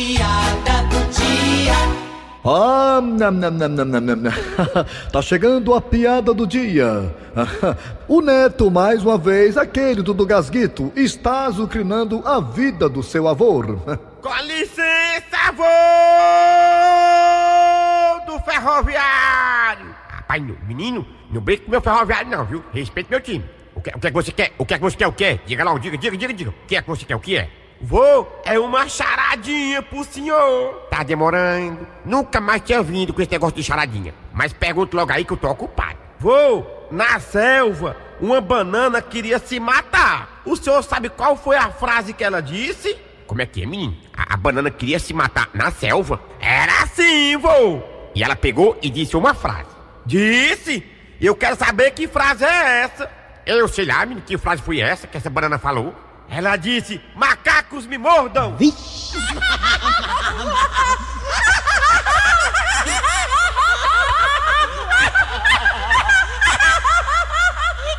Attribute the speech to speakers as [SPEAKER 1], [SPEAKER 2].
[SPEAKER 1] piada do dia.
[SPEAKER 2] Ah, nam, nam, nam, nam, nam, nam, nam. tá chegando a piada do dia. o neto, mais uma vez, aquele do, do Gasguito, está azucrinando a vida do seu avô.
[SPEAKER 3] Com licença, voo do ferroviário! Rapaz, não, menino, não brinque com meu ferroviário, não, viu? Respeite meu time. O que, o que é que você quer? O que é que você quer? O que é? Diga lá, diga, diga, diga, diga. O que é que você quer? O que é? Vou é uma charadinha pro senhor. Tá demorando. Nunca mais tinha vindo com esse negócio de charadinha. Mas pergunto logo aí que eu tô ocupado. Vou na selva, uma banana queria se matar. O senhor sabe qual foi a frase que ela disse? Como é que é, menino? A, a banana queria se matar na selva? Era assim, vô. E ela pegou e disse uma frase. Disse? Eu quero saber que frase é essa. Eu sei lá, menino, que frase foi essa que essa banana falou. Ela disse: macacos me mordam!
[SPEAKER 4] Vixe!